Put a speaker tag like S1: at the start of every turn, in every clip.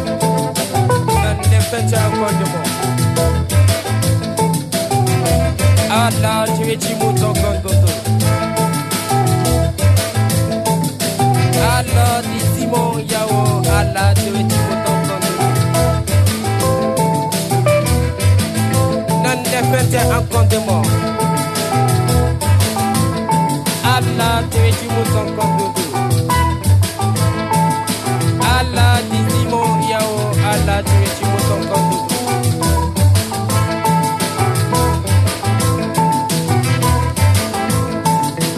S1: 那你能分享我的梦？阿拉这边吉木走更多多。阿拉的西蒙要我，阿拉这边吉木走更多多。那你能分享我的梦？阿拉这边吉木走更多多。ala dizimo yao ala tuwechimo tonkondu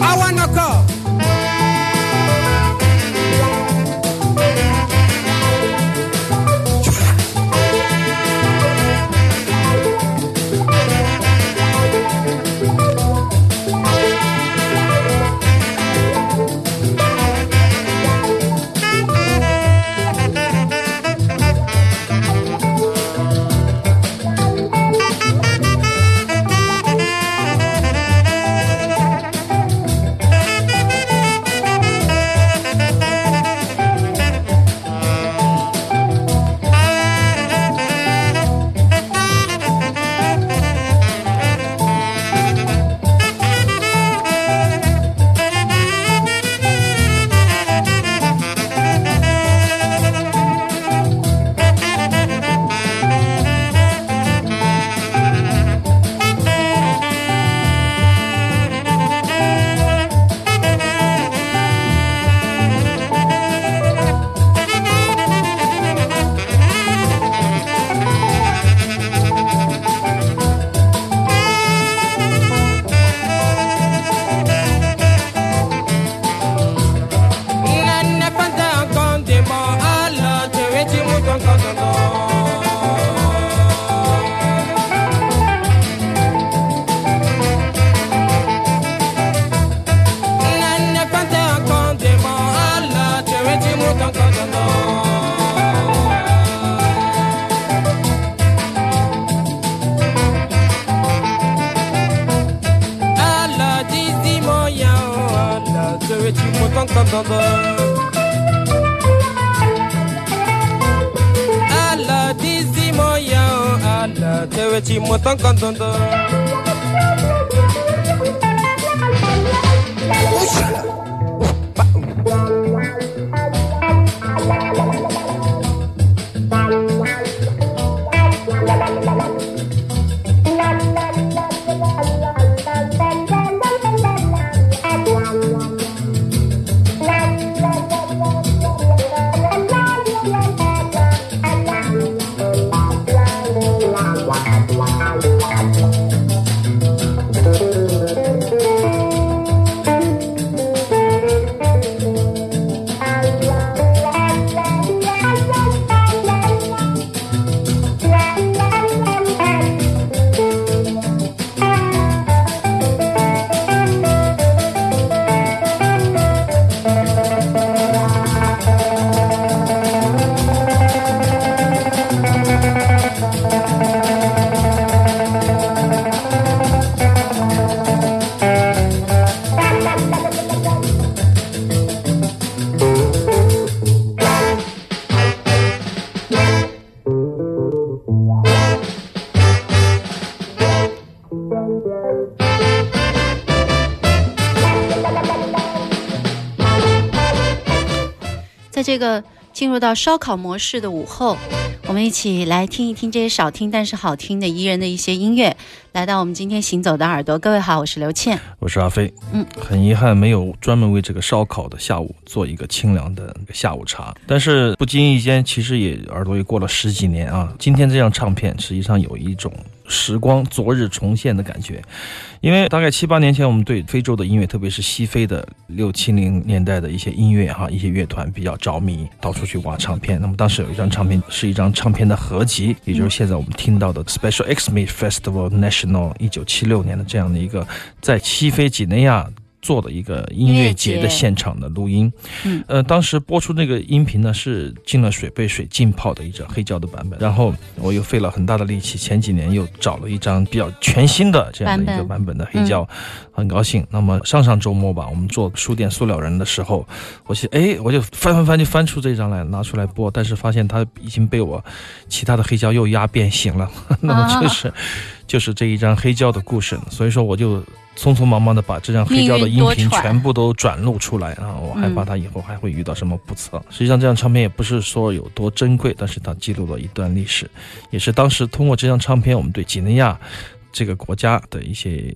S1: awanoko nana fanta kondemo ala tuwechimo tonkondondo nana fanta kondemo ala tuwechimo tonkondondo ala didi moya o ala zoe ti mo tan tan tan tan ala didi moya o ala zoe ti mo tan tan tan tan
S2: 的这个进入到烧烤模式的午后，我们一起来听一听这些少听但是好听的宜人的一些音乐。来到我们今天行走的耳朵，各位好，我是刘倩。
S3: 我是阿飞。
S2: 嗯，
S3: 很遗憾没有专门为这个烧烤的下午做一个清凉的下午茶，但是不经意间，其实也耳朵也过了十几年啊。今天这张唱片实际上有一种时光昨日重现的感觉，因为大概七八年前，我们对非洲的音乐，特别是西非的六七零年代的一些音乐哈，一些乐团比较着迷，到处去挖唱片。那么当时有一张唱片是一张唱片的合集，也就是现在我们听到的 Special X m e Festival National 一九七六年的这样的一个在西非几内亚。做的一个音乐节的现场的录音，
S2: 嗯
S3: 呃，当时播出那个音频呢是进了水被水浸泡的一张黑胶的版本，然后我又费了很大的力气，前几年又找了一张比较全新的这样的一
S2: 版
S3: 个
S2: 本
S3: 版本的黑胶，很高兴。那么上上周末吧，我们做书店塑料人的时候，我想，哎，我就翻翻翻，就翻出这张来，拿出来播，但是发现它已经被我其他的黑胶又压变形了。 那么就是、就是这一张黑胶的故事，所以说我就匆匆忙忙的把这张黑胶的音
S2: 命运
S3: 频
S2: 多舛
S3: 全部都转录出来啊，我害怕它以后还会遇到什么不测。实际上，这张唱片也不是说有多珍贵，但是它记录了一段历史，也是当时通过这张唱片，我们对几内亚这个国家的一些。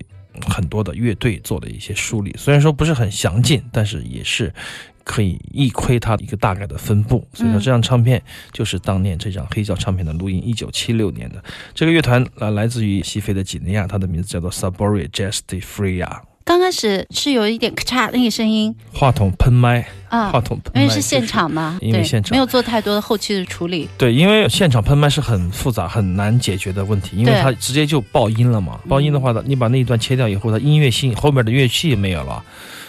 S3: 很多的乐队做了一些梳理，虽然说不是很详尽，但是也是可以一窥它一个大概的分布。所以说，这张唱片就是当年这张黑胶唱片的录音，一九七六年的。这个乐团来来自于西非的几内亚，它的名字叫做 Saboria Jazz de Freya。
S2: 刚开始是有一点咔嚓那个声音
S3: 话筒喷麦，
S2: 啊
S3: 话，筒
S2: 因
S3: 喷
S2: 为
S3: 麦
S2: 是现。场 嘛，
S3: 因为
S2: 对
S3: 现场
S2: 没有做太多的后期的处理。
S3: 对，因为现场喷麦是很复杂、很难解决的问题，因为
S2: 对嗯
S3: 它直接就爆音了嘛。爆音的话，你把那一段切掉以后，它音乐性后面的乐器也没有了。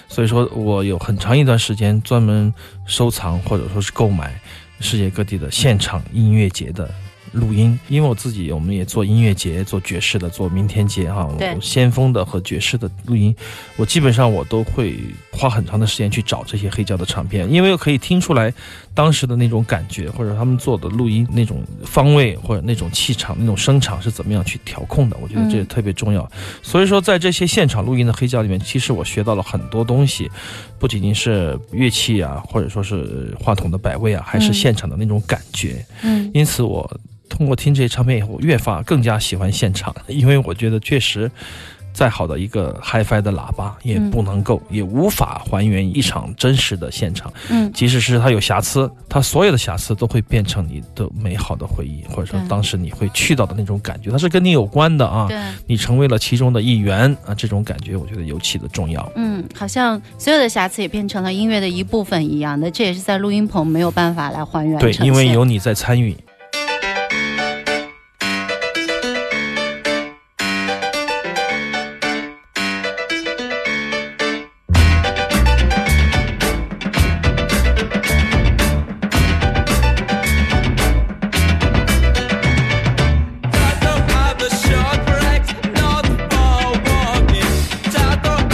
S3: 所以说我有很长一段时间专门收藏或者说是购买世界各地的现场音乐节的录音，因为我自己我们也做音乐节，做爵士的，做明天节哈、
S2: 对
S3: 我先锋的和爵士的录音，我基本上我都会花很长的时间去找这些黑胶的唱片，因为可以听出来当时的那种感觉，或者他们做的录音那种方位或者那种气场、那种声场是怎么样去调控的，我觉得这也
S2: 嗯
S3: 特别重要。所以说，在这些现场录音的黑胶里面，其实我学到了很多东西，不仅仅是乐器啊，或者说是话筒的摆位啊，还是
S2: 嗯
S3: 现场的那种感觉。
S2: 嗯，
S3: 因此，我通过听这些唱片以后，越发更加喜欢现场， 因为我觉得确实，再好的一个 HiFi 的喇叭也
S2: 嗯
S3: 不能够，也无法还原一场真实的现场。
S2: 嗯
S3: 即使是它有瑕疵，它所有的瑕疵都会变成你的美好的回忆，或者说
S2: 对
S3: 当时你会去到的那种感觉，它是跟你有关的啊。
S2: 对。
S3: 你成为了其中的一员啊，这种感觉我觉得尤其的重要。
S2: 嗯，好像所有的瑕疵也变成了音乐的一部分一样的，这也是在录音棚没有办法来还原
S3: 对，
S2: 呈
S3: 因为
S2: 现
S3: 有你在参与。
S1: Walking.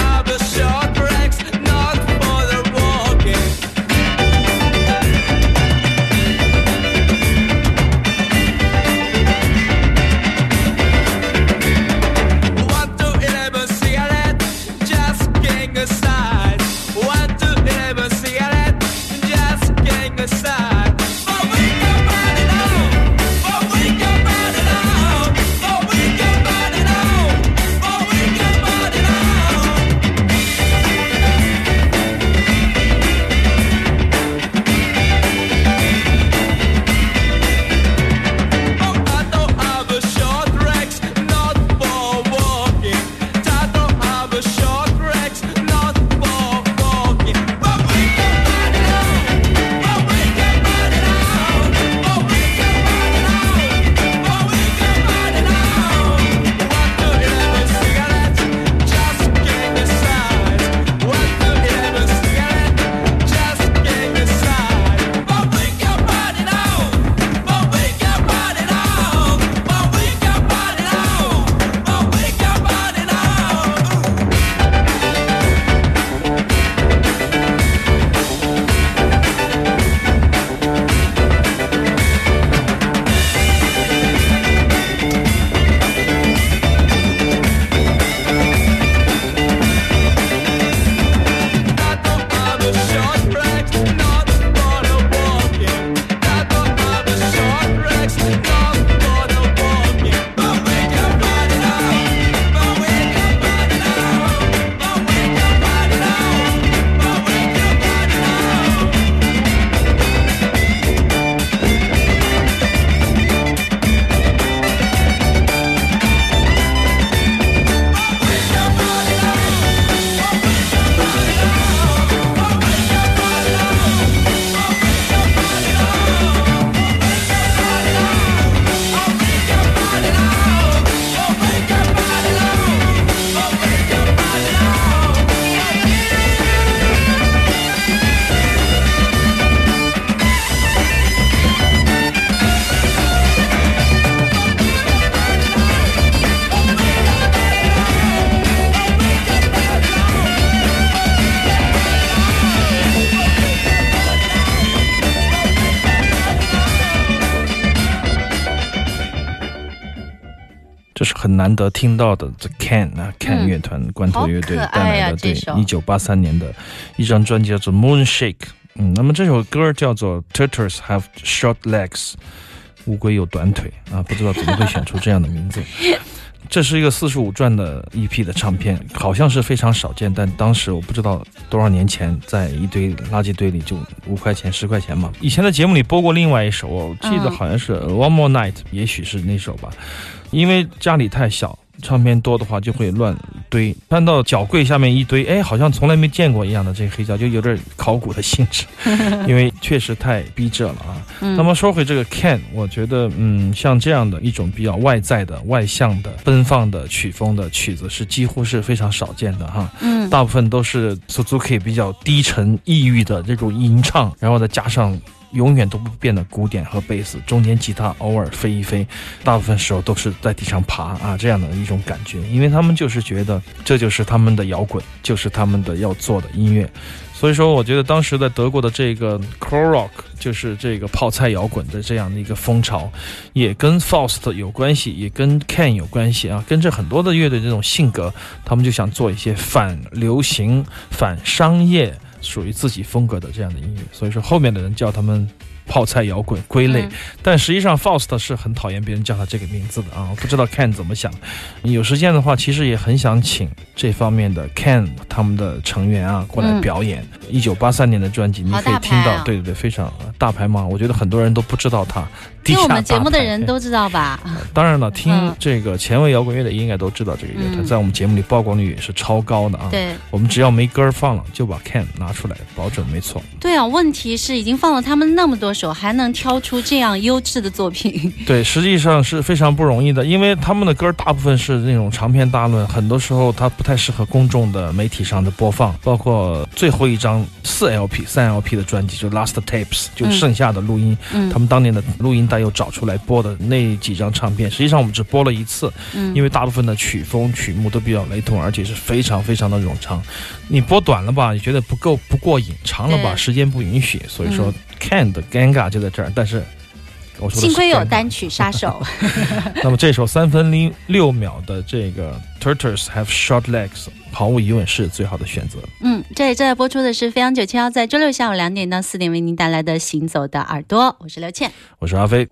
S3: 这是很难得听到的 The Can 啊，Can
S2: 嗯
S3: 乐团、罐头乐队
S2: 好可
S3: 带
S2: 爱呀
S3: 来的，对
S2: 这首，
S3: 一九八三年的一张专辑叫做 Moonshake。嗯，那么这首歌叫做 Turtles Have Short Legs，乌龟有短腿啊，不知道怎么会选出这样的名字。这是一个四十五转的 EP 的唱片，好像是非常少见，但当时我不知道多少年前，在一堆垃圾堆里就五块钱、十块钱嘛。以前在节目里播过另外一首，我记得
S2: 嗯
S3: 好像是《One 呃 More Night》，也许是那首吧。因为家里太小，唱片多的话就会乱堆，搬到脚柜下面一堆，哎，好像从来没见过一样的这个黑胶，就有点考古的性质，因为确实太逼仄了啊。
S2: 嗯
S3: 那么说回这个 can，我觉得，嗯，像这样的一种比较外在的、外向的、奔放的曲风的曲子，是几乎是非常少见的哈。
S2: 嗯
S3: 大部分都是 Suzuki 比较低沉、抑郁的这种吟唱，然后再加上永远都不变的鼓点和贝斯，中间吉他偶尔飞一飞，大部分时候都是在地上爬啊这样的一种感觉，因为他们就是觉得这就是他们的摇滚，就是他们的要做的音乐。所以说，我觉得当时在德国的这个 c r o rock，就是这个泡菜摇滚的这样的一个风潮，也跟 Faust 有关系，也跟 Can 有关系啊，跟这很多的乐队这种性格他们就想做一些反流行、反商业、属于自己风格的这样的音乐，所以说后面的人叫他们。泡菜摇滚归类，
S2: 嗯
S3: 但实际上 Faust 是很讨厌别人叫他这个名字的啊，我不知道 Can 怎么想。有时间的话，其实也很想请这方面的 Can 他们的成员啊过来
S2: 嗯
S3: 表演。一九八三年的专辑，你
S2: 好
S3: 可以
S2: 大
S3: 听
S2: 牌
S3: 到，
S2: 啊
S3: 对对对，非常大牌嘛。我觉得很多人都不知道他。地
S2: 听
S3: 下
S2: 我们节目的
S3: 大牌
S2: 人都知道吧？
S3: 当然了，听
S2: 嗯
S3: 这个前卫摇滚乐的应该都知道这个乐团，
S2: 嗯
S3: 在我们节目里曝光率也是超高的啊。，
S2: 对
S3: 我们只要没歌儿放了，就把 Can 拿出来，保准没错。
S2: 对啊，问题是已经放了他们那么多首，还能挑出这样优质的作 品。
S3: 对，实际上是非常不容易的，因为他们的歌儿大部分是那种长篇大论，很多时候它不太适合公众的媒体上的播放，包括最后一张四 LP、三 LP 的专辑，就 Last Tapes，就
S2: 嗯
S3: 剩下的录音，
S2: 嗯
S3: 他们当年的录音带又找出来播的那几张唱片，实际上我们只播了一次，
S2: 嗯
S3: 因为大部分的曲风曲目都比较雷同，而且是非常非常的冗长。你播短了吧，你觉得不够不过瘾；长了吧，
S2: 对
S3: 时间不允许。所以说
S2: 嗯
S3: ，Can 的尴尬就在这儿，但是。我说的是
S2: 幸亏有
S3: 尴尬
S2: 单曲杀手，
S3: 那么这首三分零六秒的这个 Turtles Have Short Legs，毫无疑问是最好的选择。
S2: 嗯，这里正在播出的是飞扬九七幺，在周六下午两点到四点为您带来的《行走的耳朵》，我是刘倩。
S3: 我是阿飞。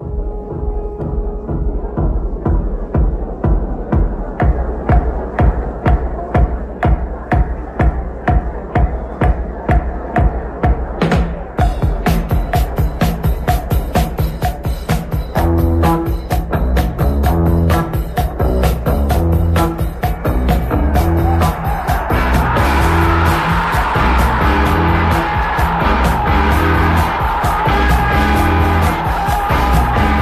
S4: Thank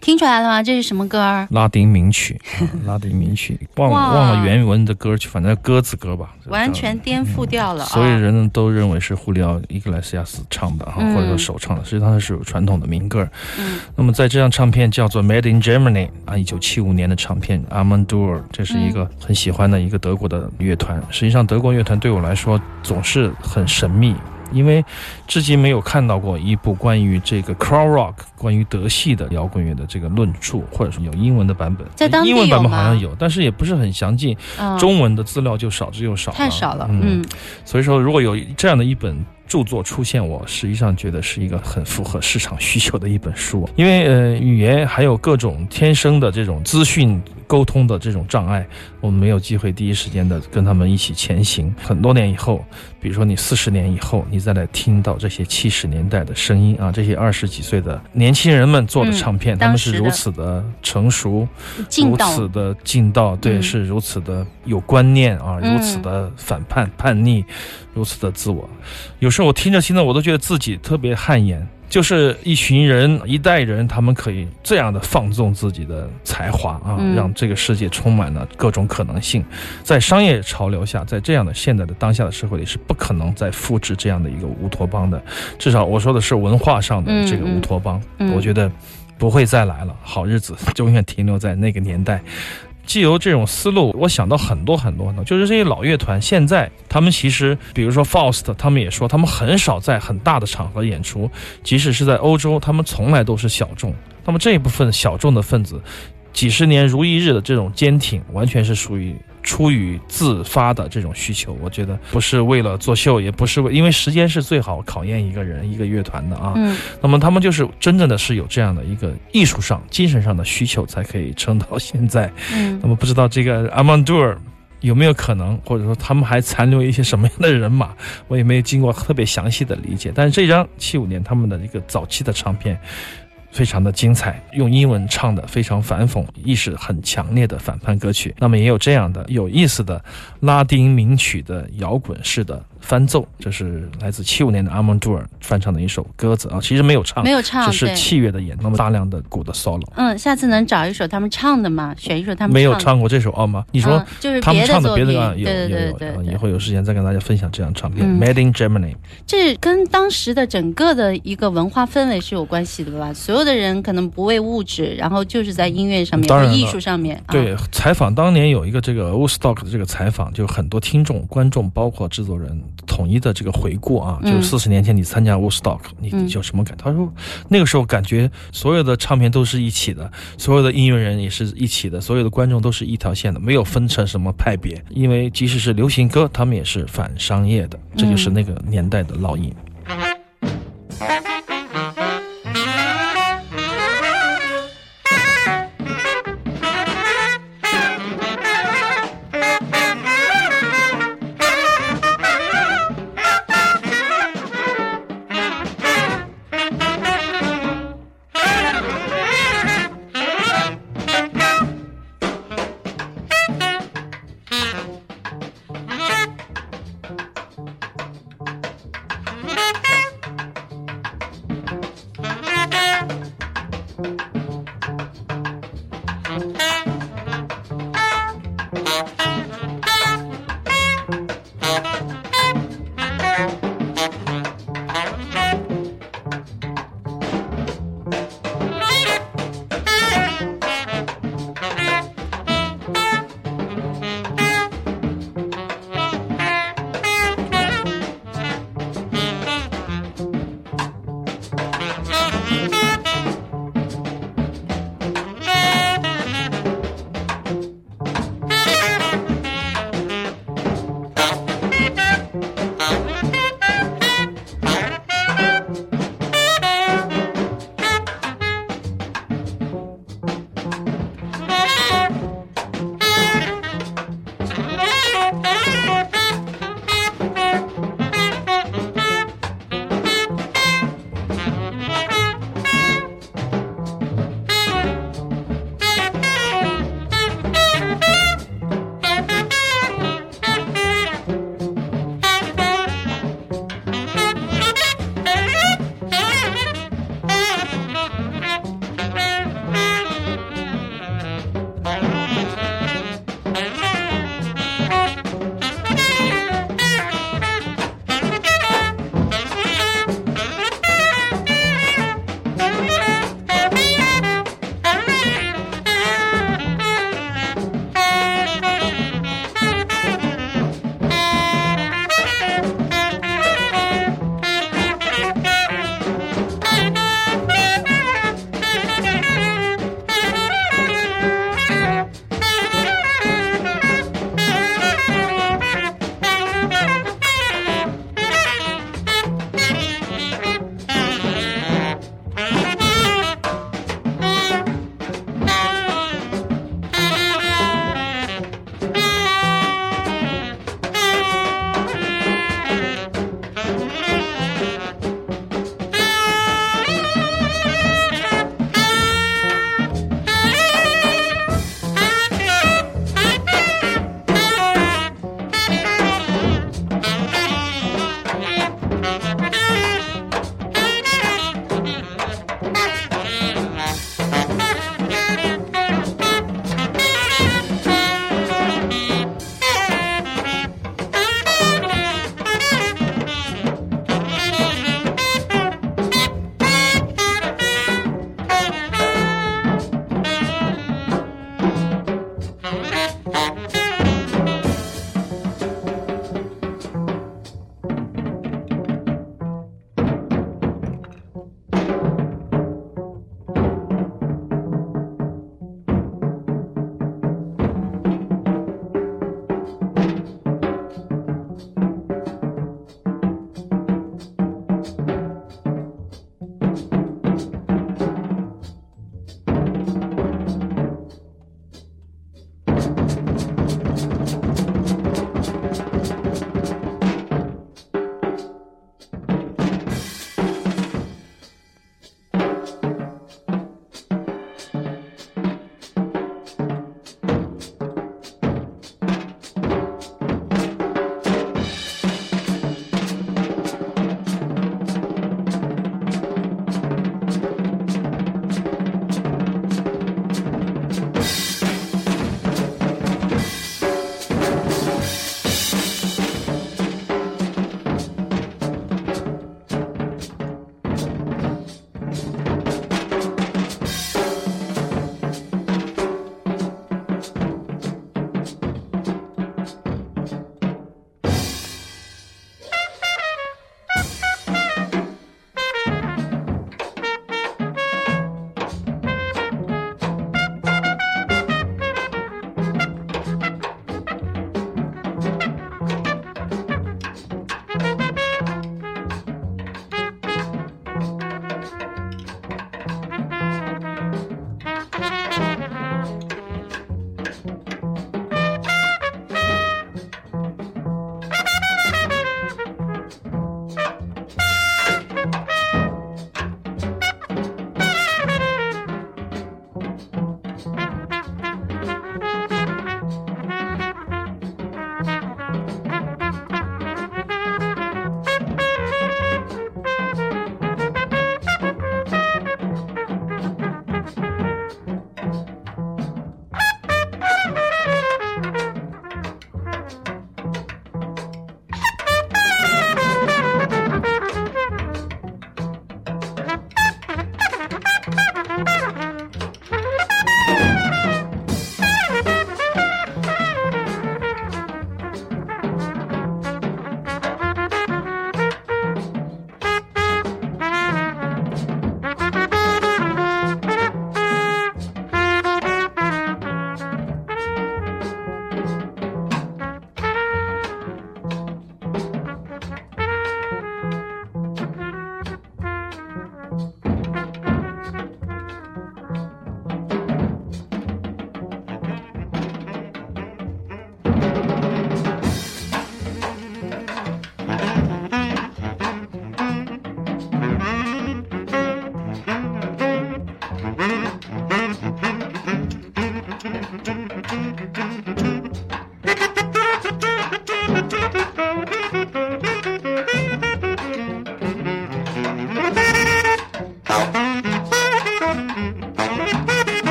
S2: 听出来了吗？这是什么歌儿？
S3: 拉丁 名曲，啊、拉丁名曲，忘了
S2: 哇
S3: 忘了原文的歌曲，反正鸽子歌吧，
S2: 完全颠覆掉了啊！
S3: 所有人都认为是胡里奥伊格莱西亚斯唱的哈，
S2: 嗯
S3: 或者说首唱的，实际上它是有传统的民歌。
S2: 嗯
S3: 那么在这张唱片叫做《Made in Germany》啊，一九七五年的唱片《阿曼杜尔》，这是一个
S2: 嗯
S3: 很喜欢的一个德国的乐团。实际上，德国乐团对我来说总是很神秘。因为至今没有看到过一部关于这个 c r o w rock 关于德系的摇滚乐的这个论述，或者说有英文的版本，
S2: 在当地
S3: 英文版本
S2: 有
S3: 好
S2: 吗
S3: 像有，但是也不是很详尽，
S2: 嗯
S3: 中啊文的资料就少之又少，
S2: 太少了，嗯，
S3: 所以说，如果有这样的一本著作出现，我实际上觉得是一个很符合市场需求的一本书，因为呃，语言还有各种天生的这种资讯沟通的这种障碍，我们没有机会第一时间的跟他们一起前行。很多年以后，比如说你四十年以后，你再来听到这些七十年代的声音啊，这些二十几岁的年轻人们做的
S2: 嗯
S3: 唱片，他
S2: 当
S3: 们
S2: 时
S3: 是
S2: 的
S3: 如此的成熟，
S2: 进
S3: 如
S2: 到
S3: 此的劲道，对，
S2: 嗯
S3: 是如此的有观念啊，
S2: 嗯
S3: 如此的反叛、叛逆，如此的自我。有时候我听着听着，我都觉得自己特别汗颜。就是一群人、一代人，他们可以这样的放纵自己的才华啊，
S2: 嗯
S3: 让这个世界充满了各种可能性。在商业潮流下，在这样的现在的当下的社会里，是不可能再复制这样的一个乌托邦的。至少我说的是文化上的
S2: 嗯
S3: 这个乌
S2: 嗯
S3: 托邦，
S2: 嗯
S3: 我觉得不会再来了，好日子 就永远停留在那个年代。既由这种思路，我想到很多很多很多，就是这些老乐团现在他们其实，比如说 Faust，他们也说他们很少在很大的场合演出，即使是在欧洲，他们从来都是小众。那么这一部分小众的分子，几十年如一日的这种坚挺，完全是属于出于自发的这种需求。我觉得不是为了作秀，也不是为，因为时间是最好考验一个人、一个乐团的啊。
S2: 嗯
S3: 那么他们就是真正的是有这样的一个艺术上、精神上的需求，才可以撑到现在。那
S2: 嗯
S3: 么不知道这个阿曼杜尔有没有可能，或者说他们还残留一些什么样的人马，我也没有经过特别详细的理解。但是这张七五年他们的一个早期的唱片。非常的精彩，用英文唱的非常反讽，意识很强烈的反叛歌曲。那么也有这样的有意思的拉丁名曲的摇滚式的翻奏，这是来自七五年的阿蒙杜尔翻唱的一首《鸽子》啊，其实没有唱，
S2: 没有唱
S3: 只是
S2: 对，
S3: 器乐的演，那么大量的鼓的 solo，
S2: 嗯，下次能找一首他们唱的吗？选一首他们
S3: 没有
S2: 的
S3: 唱过这首哦吗？你
S2: 你
S3: 说
S2: 就是
S3: 他们
S2: 别
S3: 唱的
S2: 作
S3: 别
S2: 品，
S3: 的啊，有
S2: 对
S3: 有
S2: 对
S3: 有
S2: 对
S3: 有，
S2: 对
S3: 以
S2: 对，
S3: 后有时间再跟大家分享这张唱片《
S2: 嗯
S3: Made in Germany》。
S2: 这跟当时的整个的一个文化氛围是有关系的吧？所有的人可能不为物质，然后就是在音乐上面、
S3: 当
S2: 和
S3: 然了
S2: 艺术上面，
S3: 对
S2: 啊，，
S3: 采访当年有一个这个 o s t o c k 的这个采访，就很多听众、观众，包括制作人，统一的这个回顾啊，
S2: 嗯
S3: 就是四十年前你参加 o s t o c k 你
S2: 嗯
S3: 你有什么感？他说那个时候感觉所有的唱片都是一起的，所有的音乐人也是一起的，所有的观众都是一条线的，没有分成什么派别，因为即使是流行歌，他们也是反商业的，这就是
S2: 嗯
S3: 那个年代的烙印。
S4: Thank you.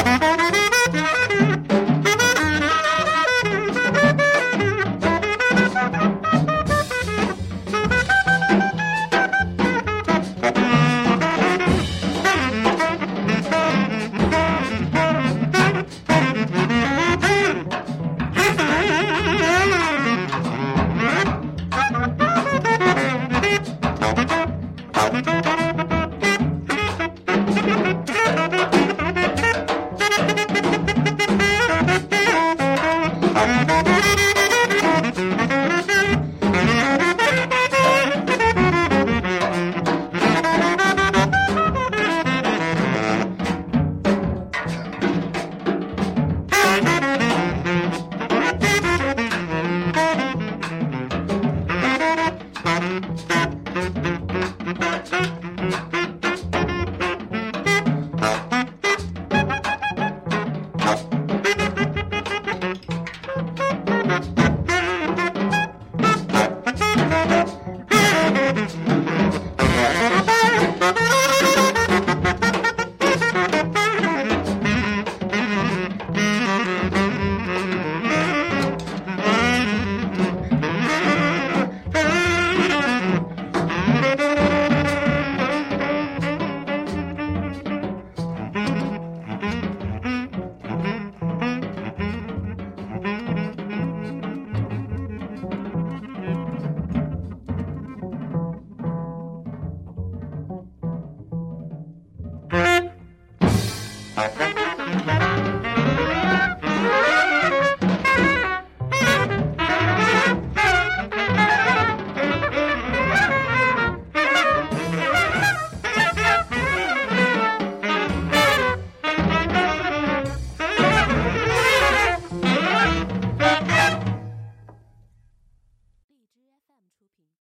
S4: 啊。